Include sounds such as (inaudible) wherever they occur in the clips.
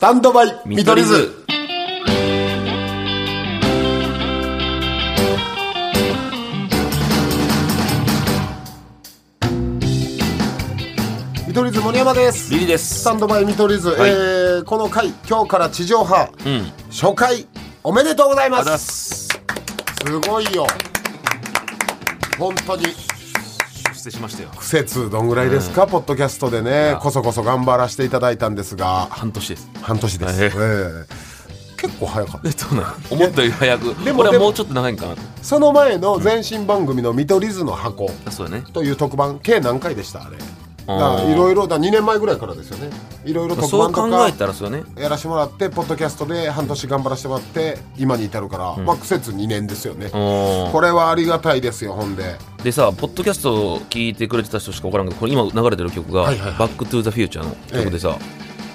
タンドバイ見取り図見取り図森山ですリリーでスすタンドバイ見取り図、はいえーこの回今日から地上波、うん初回おめでとうございあまざっすすすごいよ本当に失礼しましたよ苦節どんぐらいですか、ポッドキャストでねこそこそ頑張らせていただいたんですが半年です半年です、ええええ結構早かったえどうなの思ったより早くでも俺ではももうちょっと長いんかなその前の前身番組の「見取り図の箱あそうだね」という特番計何回でしたあれあーだからいろいろだ2年前ぐらいからですよねいろいろ特そう番と考かえたらそうだねやらしてもらってポッドキャストで半年頑張らせてもらって今に至るから、まあ苦節2年ですよね、あこれはありがたいですよほんでーでさポッドキャストを聞いてくれてた人しか分からんけどこれ今流れてる曲がはいはいはいバック・トゥ・ザ・フューチャー」の曲でさ、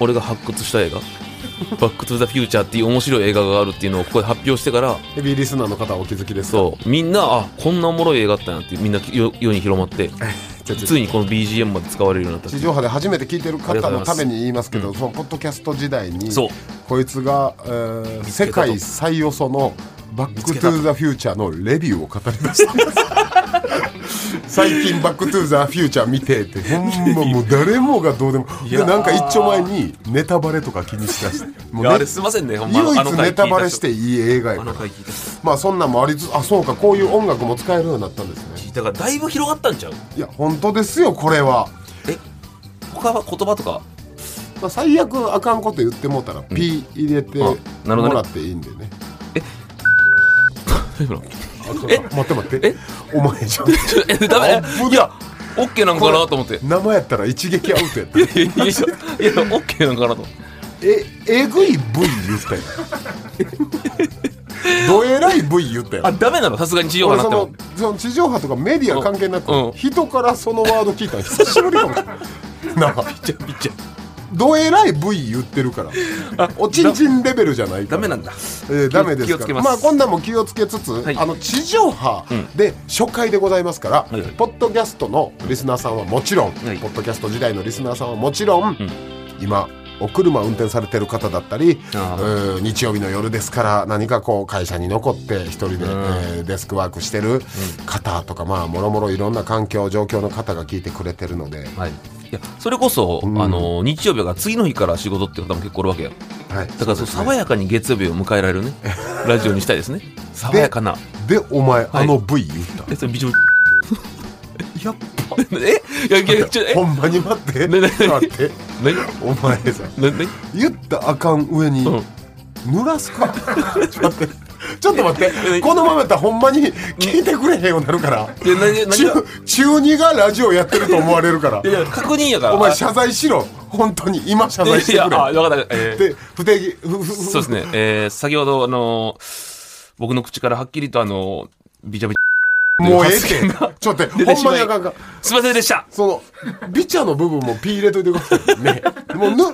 俺が発掘した (laughs) 映画「バック・トゥ・ザ・フューチャー」っていう面白い映画があるっていうのをここで発表してからヘビーリスナーの方はお気づきですかそうみんなあこんなおもろい映画あったなってみんなよ世に広まって (laughs) ちょちょついにこの BGM まで使われるようになったってい地う上波で初めて聞いてる方のために言いますけどあそのポッドキャスト時代にそうこいつが、えー見つ世けたと界最よその「バッ見ク・つトけたとゥ・ザ・フューチャー」のレビューを語りました (laughs) 最近「バック・トゥ・ザ・フューチャー」見てってほんまもう誰もがどうでもでやーなんか一丁前にネタバレとか気にしだしてもいうやねあれすいませんねほんま唯あ一の回聞ネいたタ人バレしていい映画やあかのら回聞いた人まあそんなんもありつつあそうかこういう音楽も使えるようになったんですね聞いたからだいぶ広がったんちゃういや本当ですよこれは。え他は言葉とかまあ、最悪あかんこと言ってもうたら、ピー入れてもあなるほどねらっていいんでね。あそうえ待って待って。お前じゃん。え (laughs) ダメ危ないいやオッケーなんかなと思って生やったら一撃アウトやった。いやいやいやオッケーなんかなとえ、えぐい V 言ったよ。 (laughs) どえらい V 言ったよあ。ダメなのさすがに地上波俺なっそてのもその地上波とかメディア関係なく、うん人からそのワード聞いたの久しぶりかもしれない。な (laughs) あピッチャーピッチャーどえらい V 言ってる (laughs) からおちんちんレベルじゃないかダらメなんだえー、ダメです気かをつらけますまあこんなんも気をつけつつ、いあの地上波で初回でございますから、はいはいポッドキャストのリスナーさんはもちろん、はいポッドキャスト時代のリスナーさんはもちろん、ん今お車運転されてる方だったり、あうん日曜日の夜ですから何かこう会社に残って一人で、えーデスクワークしてる方とかまあもろもろいろんな環境状況の方が聞いてくれてるので、はいいやそれこそ、んあの日曜日が次の日から仕事って方も結構おるわけやはい、だからそう爽やかに月曜日を迎えられる (laughs) ねラジオにしたいですね爽やかなでお前、いあの V 言ったえそれビジョンやっ (laughs) えいやいやちょえほんまに待って、ねね待って何お前さ何何言ったあかん上に、うん濡らす (laughs) かちょっと待ってちょっと待ってこのままやったらほんまに聞いてくれへんようになるからいや何何中が中二がラジオやってると思われるからいやいや確認やからお前謝罪しろ本当に今謝罪していやくいやあれ分かった、えーで不定義ふふふそうですね。えー、先ほど、あのー僕の口からはっきりと、あのーびちゃびちもうええっ発言がてちょっと待って出てほんしままにいあかんかゃ。すいませんでしたそのビチャの部分もピー入れといてくださいね (laughs) もうぬ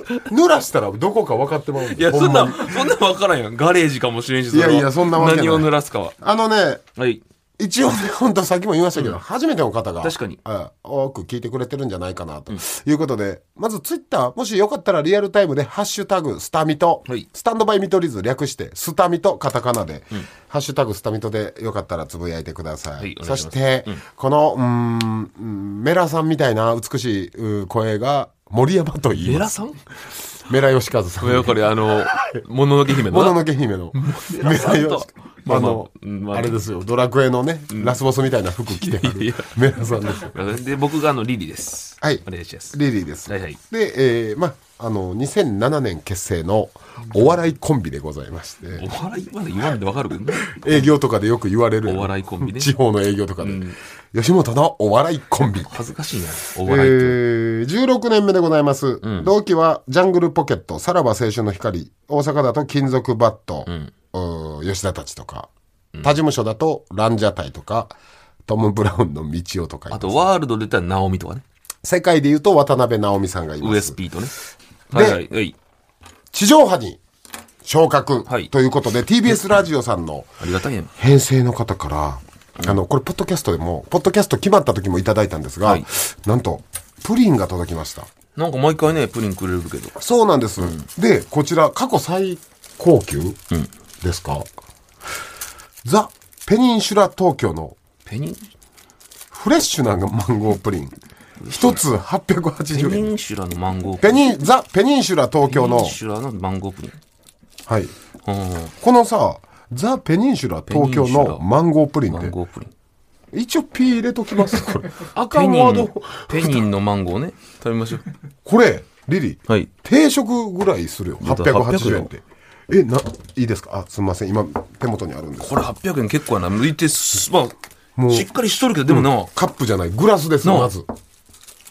濡らしたらどこか分かってまうんいでや、ほそんまなに、そんなわからんやん。ガレージかもしれんし、れはいやいやそんなわけない何を濡らすかは。あのねはい。一応ね、本当さっきも言いましたけど、初めての方が、確かにえー多く聞いてくれてるんじゃないかな、ということで、まずツイッター、もしよかったらリアルタイムで、ハッシュタグ、スタミト、はいスタンドバイ見取り図略して、スタミト、カタカナで、ハッシュタグ、スタミトでよかったらつぶやいてください。はいお願そいししますて、この、うーんうん、メラさんみたいな美しいうん声が、森山と言いメまラす。さんメラ吉和さん。わかるよあのー、もののけ姫もののな。のけ姫の。 (laughs) メさんとまああまあのうん、まああれですよ、ドラクエのね、ラスボスみたいな服着てはいるやメラさんです。で、僕があの、リリーです。はいお願いします。リリーです。はいはいで、えー、まあ、あの、2007年結成のお笑いコンビでございまして、お笑いまだ言わんでわかるけどね。営業とかでよく言われる。お笑いコンビね地方の営業とかで。吉本のお笑いコンビ。恥ずかしいな。おえ笑いって。ー、16年目でございます、ん同期はジャングルポケット、さらば青春の光、大阪だと金属バット、んうー吉田たちとか、他事務所だとランジャタイとか、トム・ブラウンの道夫とかいまあすと、ワールドで言ったら、ナオミとかね。世界で言うと渡辺直美さんがいまウエすス。ピーとね。ではいはい。はい。地上波に昇格はいということで、TBS ラジオさんのありがたいやん。編成の方から、あの、これ、ポッドキャストでも、ポッドキャスト決まった時もいただいたんですが、はいなんと、プリンが届きました。なんか毎回ねプリンくれるけどそうなんです、でこちら過去最高級ですか、ザ・ペニンシュラ東京のペニンフレッシュなマンゴープリン一つペニ880円ンシュラのマンゴーペニンザ・ペニンシュラ東京ペニのンシュラのマンゴープリンはいうんこのさザ・ペニンシュラ東京のマンゴープリンマっンてゴープリン一応 P 入れときます (laughs) これあかペんニワーンドペニンのマンゴーね食べましょうこれリリー、はい定食ぐらいするよ本当だ880円ってえないいですかあすみません今手元にあるんですこれ800円結構やな抜いてすまもあうしっかりしとるけどでもな、カップじゃないグラスですなあまず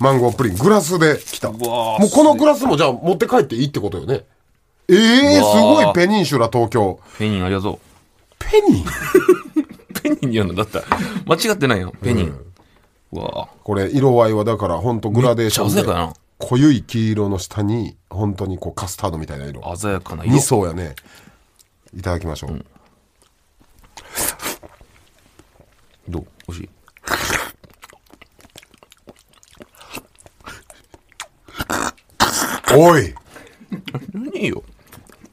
マンゴープリングラスで来たもうわあこのグラスもじゃあ持って帰っていいってことよねええうすわごいペニンシュラ東京ペニンありがとペニンうペニンにやるのだったら間違ってないよペニン、うわあこれ色合いはだから本当グラデーションめっちゃ鮮やかでな濃ゆい黄色の下に本当にこうカスタードみたいな色鮮やかな色二層やねいただきましょう、どう美味しいおい何よ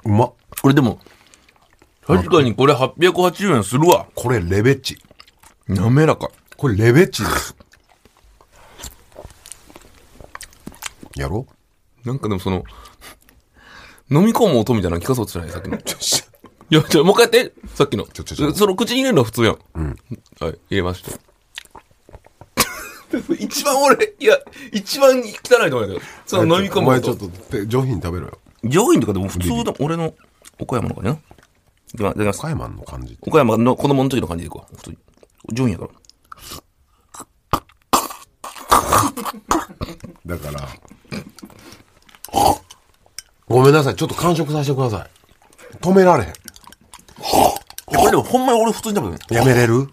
うまっこれでも確かにこれ880円するわこれレベッチ滑らかこれレベッチですやろう (laughs) なんかでもその飲み込む音みたいなの聞かそうとして (laughs) ないさっきのいや、じゃもう一回やって、さっきの。ょちょちょその口に入れるのは普通やん。はい、入れました。 (laughs) 一番俺、いや、一番汚いと思うんだけど。その飲み込おむ前ちょっ音。と手上品に食べろよ上品とかでも普通だ、俺の岡山のかな。いただきます。岡山の感じって岡山の子供の時の感じでいこう。普通に。上品やから。だからごめんなさいちょっと完食させてください止められへんいやこれでもほんまに俺普通に食べてやめれる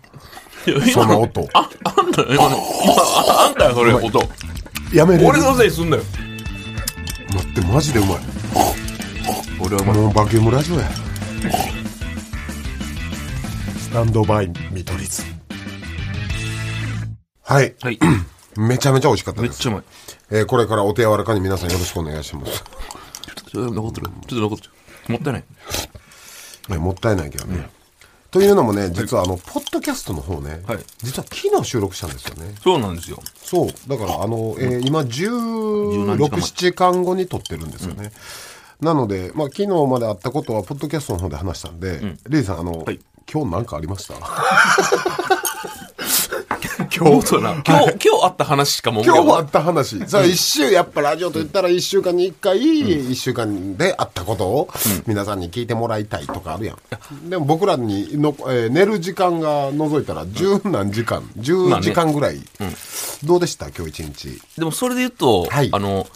る。いやその音あ、あんたよ、今の。今、ああんたよ、それ、音。やめれる俺のせいにすんなよ。待ってマジでうまい俺はまもうバキュームラジオやスタンドバイ見取り図はい (clears throat) はい。めちゃめちゃ美味しかっためっです、ちゃうまい。えーこれからお手柔らかに皆さんよろしくお願いしますちょっと残ってる。ちょっと残ってる。もったいない。いやもったいないけどね、というのもね実はあのポッドキャストの方ね、はい実は昨日収録したんですよねそうなんですよ。そうだからあの、えー今何時間前1617時間後に撮ってるんですよね、なので、まあ、昨日まであったことはポッドキャストの方で話したんで、レイさんあの、はい今日何かありました (laughs) 今日とな。今日、今日あった話しかもう今日もあった話 (laughs) さあ一週やっぱラジオと言ったら1週間に1回1週間であったことを皆さんに聞いてもらいたいとかあるやんでも僕らにの、えー寝る時間が除いたら十何時間まあ10ね時間ぐらい、どうでした今日一日でもそれで言うと、はいあの、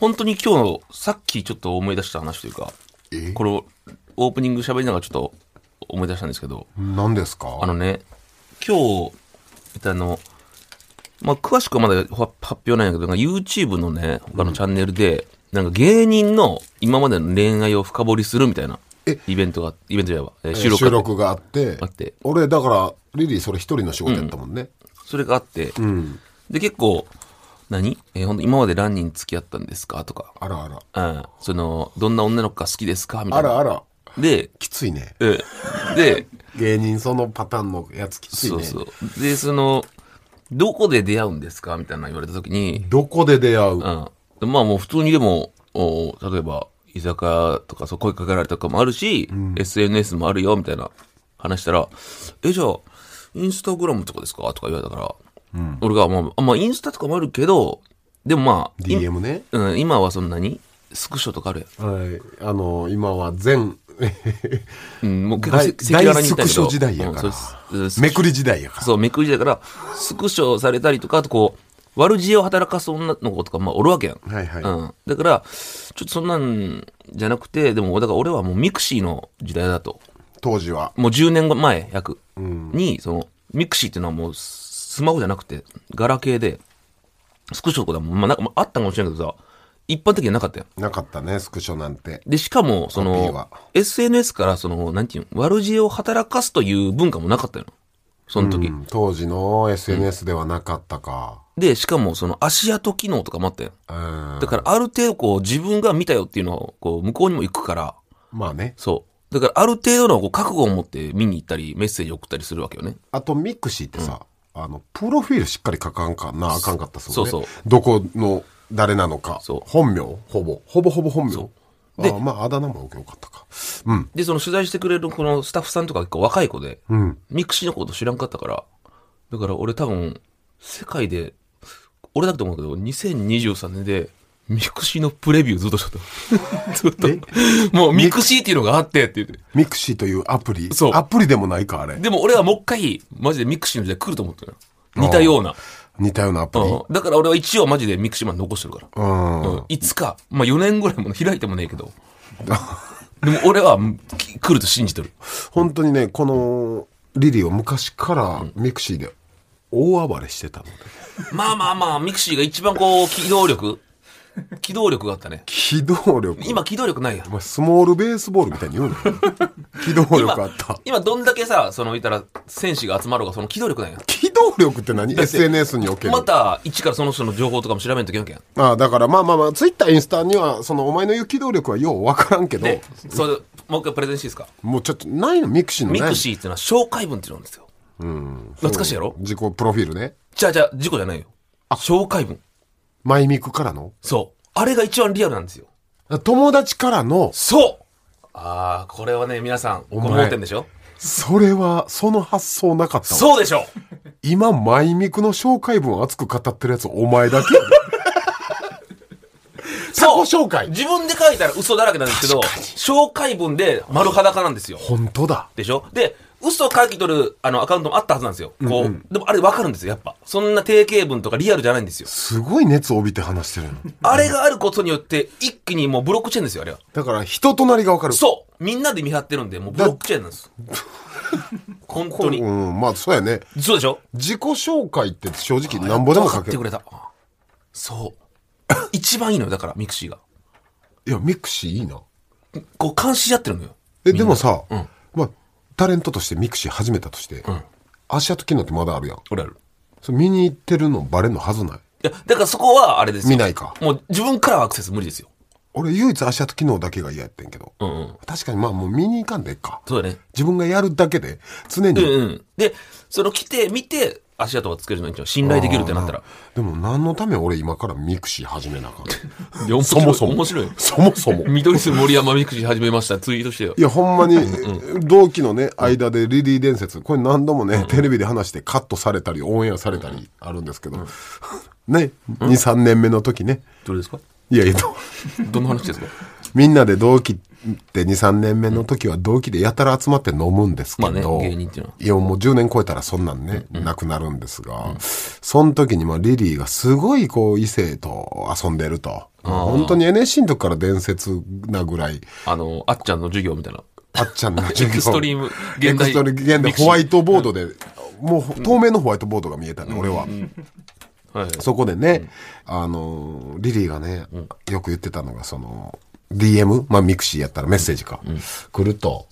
本当に今日、さっきちょっと思い出した話というか、えこれをオープニング喋りながらちょっと思い出したんですけど、何ですかあのね、今日、えっとあの、まあ、詳しくはまだほ発表ないんだけど、なんか YouTube のね、他のチャンネルで、なんか芸人の今までの恋愛を深掘りするみたいなえイベントが、イベントじゃば、えーえー収録収があって録があってあって俺だからリリーそれ一人の仕事やったもんね、それがあって、うんで、結構、何えー、ほんと今まで何人付き合ったんですかとか、あらあらうん、その、どんな女の子が好きですかみたあいな。らあらで、きついねえ (laughs) ーで、芸人そのパターンのやつきついそねうそう。で、その、どこで出会うんですかみたいなの言われた時に、どこで出会う、うん。まあもう普通にでも、お例えば、居酒屋とかそう声かけられたとかもあるし、SNS もあるよ、みたいな話したら、え、じゃあ、インスタグラムとかですかとか言われたから、俺が、まあ、あまあ、インスタとかもあるけど、でもまあ、い DM ねうん、今はそんなにスクショとかあるやん。はい、あの今は全 (laughs) うん、もう結大せ赤裸々に言スったクけシどョ時代やかうんらそうですめくり時代やからそう、めくりだから、スクショされたりとか、あとこう、悪知恵を働かす女の子とか、まあ、おるわけやん。はいはいうん。だから、ちょっとそんなんじゃなくて、でも、だから俺はもうミクシーの時代だと。当時はもう10年前、約、に、その、ミクシーっていうのはもう、スマホじゃなくて、ガラケーで、スクショとかでも、まあ、なんか、まあ、あったかもしれないけどさ、一般的にはなかったやん。なかったねスクショなんてで、しかも、そコピーはの、SNS から、その、なんていうの、悪知恵を働かすという文化もなかったよ。その時。うん当時の SNS ではなかったか、で、しかもその足跡機能とかもあったよ。うんだからある程度こう自分が見たよっていうのをこう向こうにも行くから、まあね。そう。だからある程度のこう覚悟を持って見に行ったり、メッセージ送ったりするわけよね。あとミクシーってさ、あのプロフィールしっかり書かんかなあかんかったそうでそうそうどこの誰なのかそう本名ほぼほぼほぼ本名うでああまああだ名もよかったかうんで、その取材してくれるこのスタッフさんとか結構若い子で、うんミクシーのこと知らんかったから、だから俺多分、世界で、俺だと思うけど、2023年で、ミクシーのプレビューずっとしとった。ずっ (laughs) と。 (laughs) もうミクシーっていうのがあってって言って。ミクシーというアプリそうアプリでもないかあれでも俺はもう一回、マジでミクシーの時代来ると思ってる似たような。似たようなアプリうんだから俺は一応マジでミクシーまで残してるから。うん、うんいつか、まあ4年ぐらいも開いてもねえ (laughs) けど。でも俺はうんき来ると信じてる。本当にねこのリリーは昔からミクシーで大暴れしてたので、まあまあまあ、ミクシーが一番こう、機動力、機動力があったね。機動力今機動力ないやんお。前スモールベースボールみたいに言うの (laughs) 機動力あった今どんだけさ、その言ったら選手が集まろうがその機動力ないやん。機動力って何 SNS におけるまた、一からその人の情報とかも調べんといけなきゃああだからまあまあまあツイッターインスタにはそのお前の言う機動力はよう分からんけどで、それ、もう一回プレゼンしていいですかもうちょっとないのミクシーのねミクシーっていうのは紹介文っていうのなんですよ。懐かしいやろ自己プロフィールねじゃあじゃあ、事故じゃないよ。紹介文。マイミクからのそう。あれが一番リアルなんですよ。友達からのそうああ、これはね、皆さん、前思ってんでしょそれはその発想なかったわそうでしょ今マイミクの紹介文熱く語ってるやつお前 (laughs) だけ自己そう紹介自分で書いたら嘘だらけなんですけど、紹介文で丸裸なんですよ。本当だでしょで、嘘を書き取るあのアカウントもあったはずなんですよ。こう、でもあれ分かるんですよ、やっぱ。そんな定型文とかリアルじゃないんですよ。すごい熱を帯びて話してるのあれがあることによって、一気にもうブロックチェーンですよ、あれは。だから人となりが分かるそうみんなで見張ってるんで、もうブロックチェーンなん (laughs) です。本当に。うんまあそうやねそうでしょ自己紹介って正直なんぼでも書買っけてるくれた。そう。一番いいのよ、だから、ミクシーが。いやミクシーいいなこう、監視し合ってるのよ。えでもさ、んまあ、タレントとしてミクシー始めたとして、足跡機能ってまだあるやん俺ある。それ見に行ってるのバレんのはずないいや、だからそこはあれですよ。見ないかもう自分からはアクセス無理ですよ。俺唯一足跡機能だけが嫌やってんけど、うんうん。確かにまあもう見に行かんでええかそうだね。自分がやるだけで常うんに、うん。で、その来て、見て、足跡をつけるのに信頼できるってなったら。でも何のため俺今からミクシー始めなあかんいや面白いそもそも面白いよ。 (laughs) そもそも緑巣森山ミクシー始めました。ツイートしてよい。やほんまに同期のね間でリリー伝説これ何度もねテレビで話してカットされたりオンエアされたりあるんですけどね23年目の時ねどれですかいやいやどうどの話ですかみんなで同期って2、3年目の時は同期でやたら集まって飲むんですけど、まあね芸人っていうのはいやもう10年超えたらそんなんね、なくなるんですが、その時にまあリリーがすごいこう異性と遊んでると。本当に NSC の時から伝説なぐらい、あの、あっちゃんの授業みたいな。あっちゃんの (laughs) エクストリーム (laughs) エ現代クストリーム現代ミクシーホワイトボードで、もう透明のホワイトボードが見えたね、俺は。はいはい。そこでね、あの、リリーがね、よく言ってたのが、その、DM、まあ、ミクシーやったらメッセージか、来ると、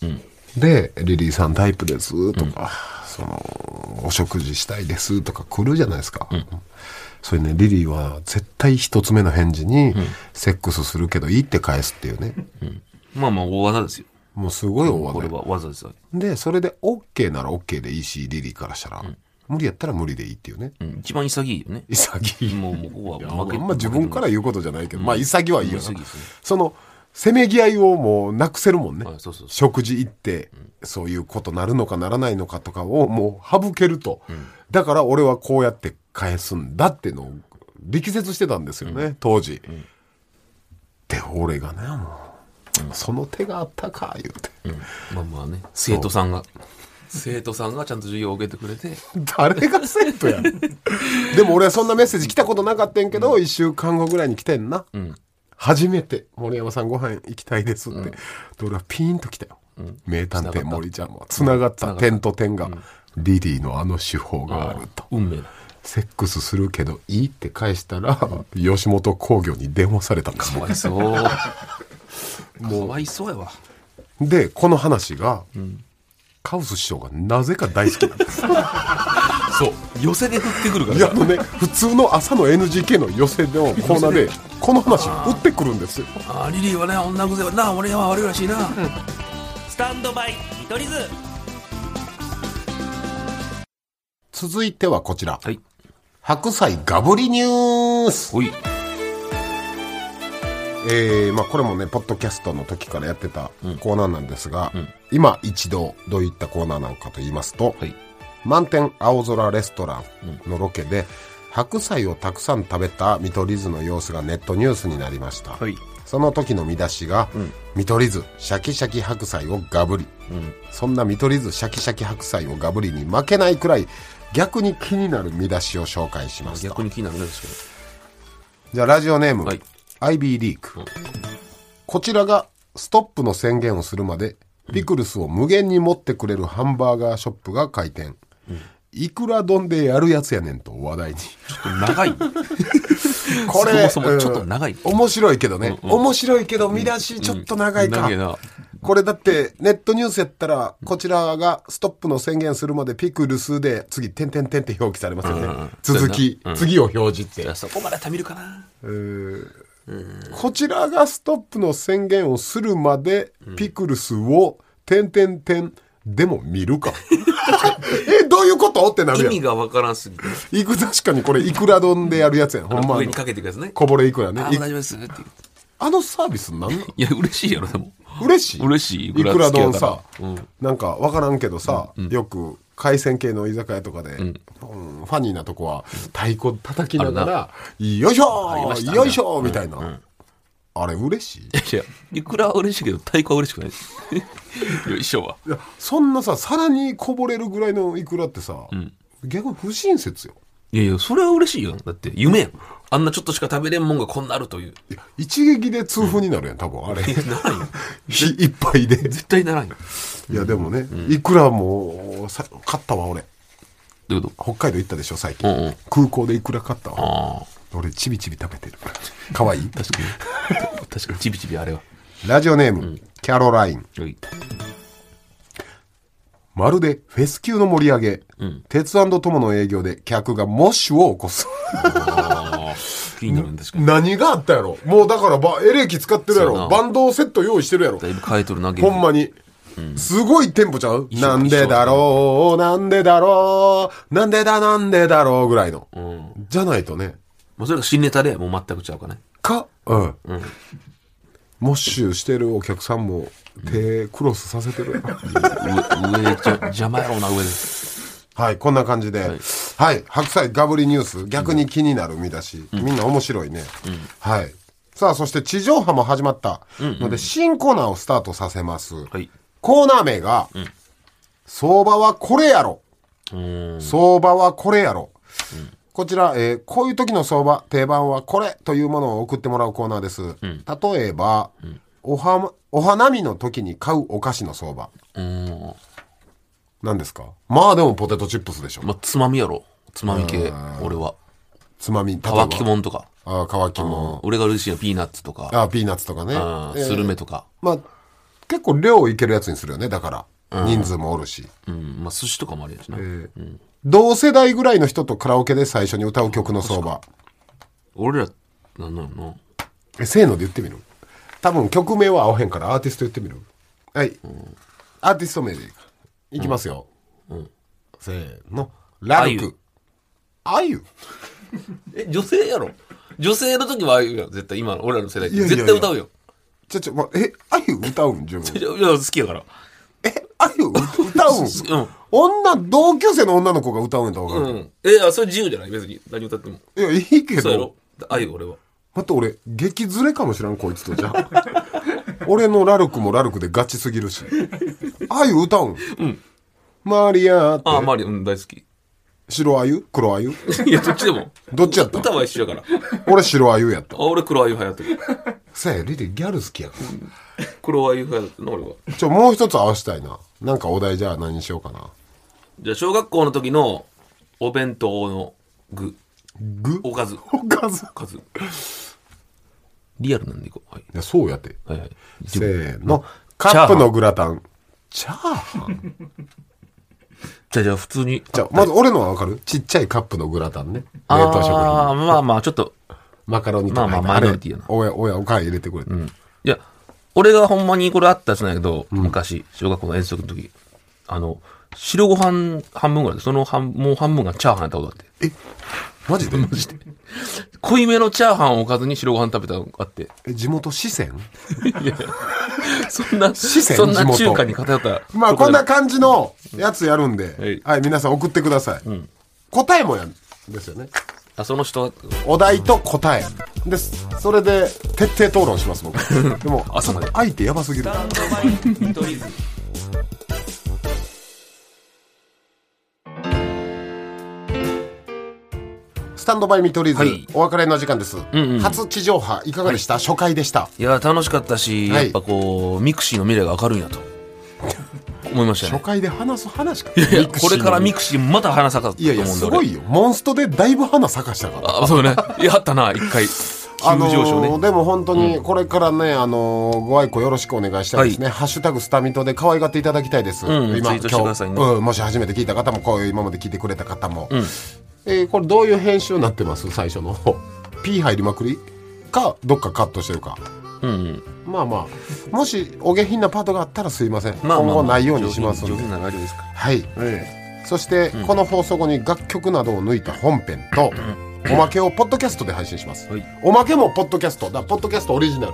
で、リリーさんタイプですとか、その、お食事したいですとか来るじゃないですか。それね、リリーは絶対一つ目の返事に、セックスするけどいいって返すっていうね、まあまあ、大技ですよ。もうすごい大こ技れよは技ですよ。で、それで OK なら OK でいいし、リリーからしたら、無理やったら無理でいいっていうね。うん、一番潔いよね。潔い。もう、もうここまはあ負けあんま自分から言うことじゃないけど、まあ潔はいいよな、潔いですねそのせめぎ合いをもうなくせるもんね、はいそうそうそう食事行って、そういうことなるのかならないのかとかをもう省けると、だから俺はこうやって返すんだっていうのを力説してたんですよね、当時、で俺がねもう、その手があったか言うて、まあまあね、生徒さんが。生徒さんがちゃんと授業を受けてくれて、誰が生徒やねんでも俺はそんなメッセージ来たことなかったんやけど、一1週間後ぐらいに来てんな、初めて森山さんご飯行きたいですって、で俺はピーンと来たよ、名探偵森ちゃんはつながった点と点が、リリーのあの手法があると、運命だ。セックスするけどいいって返したら、吉本興業に電話されたんですかわいそう。かわいそうやわ。でこの話が、カウス師匠がなぜか大好きなんですそう寄せで振ってくるかいやらあのね普通の朝の NGK の寄せのコーナーでこの話打ってくるんですよあーリリーはね女癖はな俺は悪いらしいなスタンドバイ見取り図続いてはこちらはい白菜ガブリニュースほいえーまあ、これもねポッドキャストの時からやってたコーナーなんですが、今一度どういったコーナーなのかと言いますと、はい満天青空レストランのロケで、白菜をたくさん食べた見取り図の様子がネットニュースになりました、はいその時の見出しが、見取り図シャキシャキ白菜をガブリ、そんな見取り図シャキシャキ白菜をガブリに負けないくらい逆に気になる見出しを紹介しました逆に気になるね確かじゃあラジオネーム、はい IB リーク、こちらがストップの宣言をするまでピクルスを無限に持ってくれるハンバーガーショップが開店、いくら丼でやるやつやねんと話題ににちょっと長いこれそもそもちょっと長いうん面白いけどね、面白いけど見出しちょっと長いか、長いなこれだってネットニュースやったらこちらがストップの宣言するまでピクルスで次「点々点」って表記されますよね、続き、次を表示ってじゃあそこまで食べるかなこちらがストップの宣言をするまで、ピクルスを、点点点、でも見る (laughs) か。え、どういうことってなる意やん。味がわからんすぎていく確かにこれ、いくら丼でやるやつやん。ほんま上にに。かけてくださいねこぼれいくらねあ。いー大丈夫ですって言ってあのサービスなんなんいや嬉しいやろでも嬉しい嬉しいいいくくらら付き合丼うたらさ、なんかわからんけどさ、よく海鮮系の居酒屋とかで、うんファニーなとこは太鼓叩きながら「よいしょましたよいしょ!」みたいな、あれ嬉しいいやいくらは嬉しいけど太鼓は嬉しくないです (laughs) よいしょはいやそんなさ皿にこぼれるぐらいのイクラってさ、逆に不親切よいやいやそれは嬉しいよだって夢やんあんなちょっとしか食べれんもんがこんなあるといういや一撃で痛風になるやん多分あれ (laughs) ならんよ火いっぱいで絶対ならんよいやでもね、いくらもさ買ったわ俺どういうこと北海道行ったでしょ最近、うんうん空港でいくら買ったわああ俺ちびちび食べてる可愛い確かに (laughs) 確かにちびちびあれはラジオネーム、キャロラインはいまるでフェス級の盛り上げ、鉄友の営業で客がモッシュを起こす気になるね確かに何があったやろもうだからばエレキ使ってるやそうやろなバンドセット用意してるやろだいぶ変えとるなほんまに。すごいテンポちゃう緒なんでだろう、なんでだろう、なんでだなんでだろうぐらいの。じゃないとね。もうそれが新ネタでもう全くちゃうかねか、うん。モッシュしてるお客さんも手クロスさせてる。上上じゃ邪魔やろうな上で (laughs) はい、こんな感じで。はい、白菜ガブリニュース、逆に気になる見出し。みんな面白いね。はい。さあ、そして地上波も始まったので、新コーナーをスタートさせます。はいコーナー名が、相場はこれやろ。相場はこれやろ。こちら、えーこういう時の相場、定番はこれというものを送ってもらうコーナーです。例えば、おはま、お花見の時に買うお菓子の相場。うん何ですかまあでもポテトチップスでしょ。まあつまみやろつまみ系俺はつまみ、例えば乾きもんとかあー乾きも俺が嬉しいのはピーナッツとかあーピーナッツとかね。あースルメとかまあ、結構量いけるやつにするよね。だから、人数もおるし。うんまあ寿司とかもあるやしな同世代ぐらいの人とカラオケで最初に歌う曲の相場。俺らなんなのえ、せーので言ってみる多分曲名は合わへんからアーティスト言ってみるはい、アーティスト名でいいかいきますよ、せーのラルクあゆえ女性やろ女性の時はああいうやん絶対今の俺らの世代っていやいやいや絶対歌うよちょちょ、ま、えあゆ歌うん自い分やいや好きやからえあゆ歌 (laughs) うん、うん女同級生の女の子が歌うんだわかる、うんえあそれ自由じゃない別に何歌ってもいやいいけそうやどろあゆ俺は待って俺激ズレかもしらんこいつとじゃあ (laughs) 俺のラルクもラルクでガチすぎるしあゆ歌うん、マリアってああマリオうん大好き白あゆ黒あゆい (laughs) やどっちでもどっちやった歌は一緒やから俺白あゆやったあ。俺黒あゆ派やってるさや、リリーギャル好きやか黒あゆ派やってるの俺はら。ちょ、もう一つ合わせたいな。なんかお題じゃあ何にしようかな。じゃあ小学校の時のお弁当の具ぐおかずおかず。い数リアルなんでいこうはいや、そうやって。はいはいせーの。カップのグラタン。チャーハンじゃあじゃあ普通に。じゃあ、まず俺のはわかるちっちゃいカップのグラタンね。冷あ凍食あ品。ーまあまあ、ちょっと。マカロニとか入って。まあまあマイノリティやなあれ親、親、おかん入れてくれて。いや、俺がほんまにこれあったやつなんやけど、昔、小学校の遠足の時、あの、白ご飯半分ぐらいで、その半、もう半分がチャーハンやったことあって。マジで濃いめのチャーハンをおかずに白ご飯食べたのが (laughs) あって。え地元四川そんな、川そんな地元中華に偏った。まあ、とここんでな感じのやつやるんはいで、はい、皆さん送ってください。答えもやんですよね。あ、その人が、お題と答え。です。それで、徹底討論します、 (laughs) 僕。でも、朝まで相手やばすぎる。スタンドバイ見取り図スタンドバイ見取り図、はいお別れの時間です。初地上波、いかがでした、初回でした。いや、楽しかったし、はいやっぱこう、ミクシーの未来が明るいなと、思いました初ね。回で話す話か。いやミクシこィのれからミクシーまた話さかったといやい思や、うんすで、ご俺。いよ。モンストでだいぶ花咲かしたから。あ、そうね。やったな、一回。急上昇あね。のーでも本当にこれからね、あのーご愛顧よろしくお願いしたいですね、ハッシュタグスタミトで可愛がっていただきたいです、うんツイートしてくださいねうん、もし初めて聞いた方もこういう今まで聞いてくれた方も、えーこれどういう編集になってます最初の P 入りまくりかどっかカットしてるかうんうん。まあまあもしお下品なパートがあったらすいません、まあまあ、今後ないようにします上んで品なラジオですか。はい、そして、この放送後に楽曲などを抜いた本編と、おまけをポッドキャストで配信します、はいおまけもポッドキャストだポッドキャストオリジナル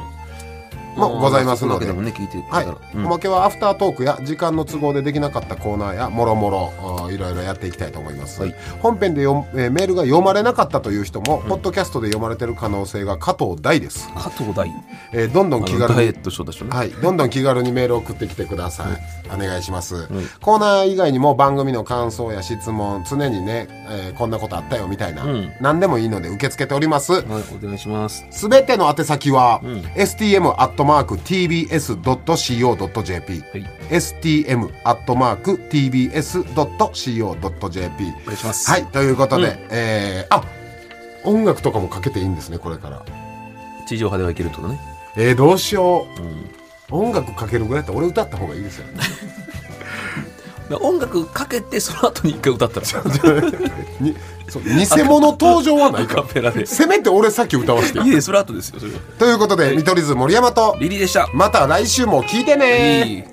もございますのでそこだけでもね、聞いてくれはたいら。おまけはアフタートークや時間の都合でできなかったコーナーやもろもろあーいろいろやっていきたいと思います、はい本編で読、えーメールが読まれなかったという人も、ポッドキャストで読まれてる可能性が加藤大です、加藤大。えーどんどん気あの軽ダイエにットしとった人ね。はい、どんどん気軽にメールを送ってきてください。お願いします、コーナー以外にも番組の感想や質問、常にね、えーこんなことあったよみたいな、うん何でもいいので受け付けております。はい、お願いします。すべての宛先は、stm.tbs.co.jp はい。 stm.tbs.co.jp お願いしますはい、ということで、えーあ音楽とかもかけていいんですね、これから。地上波ではいけるってことね。えー、どうしよう、音楽かけるぐらいだったら俺歌った方がいいですよねだから音楽かけて、その後に一回歌ったら。にそう偽物登場はない (laughs) かカ (laughs) ペ (laughs) ラで。せめて俺さっき歌わせていやいや、その後ですよ、それは。ということで見取り図森山とリリーでした。また来週も聞いてねいい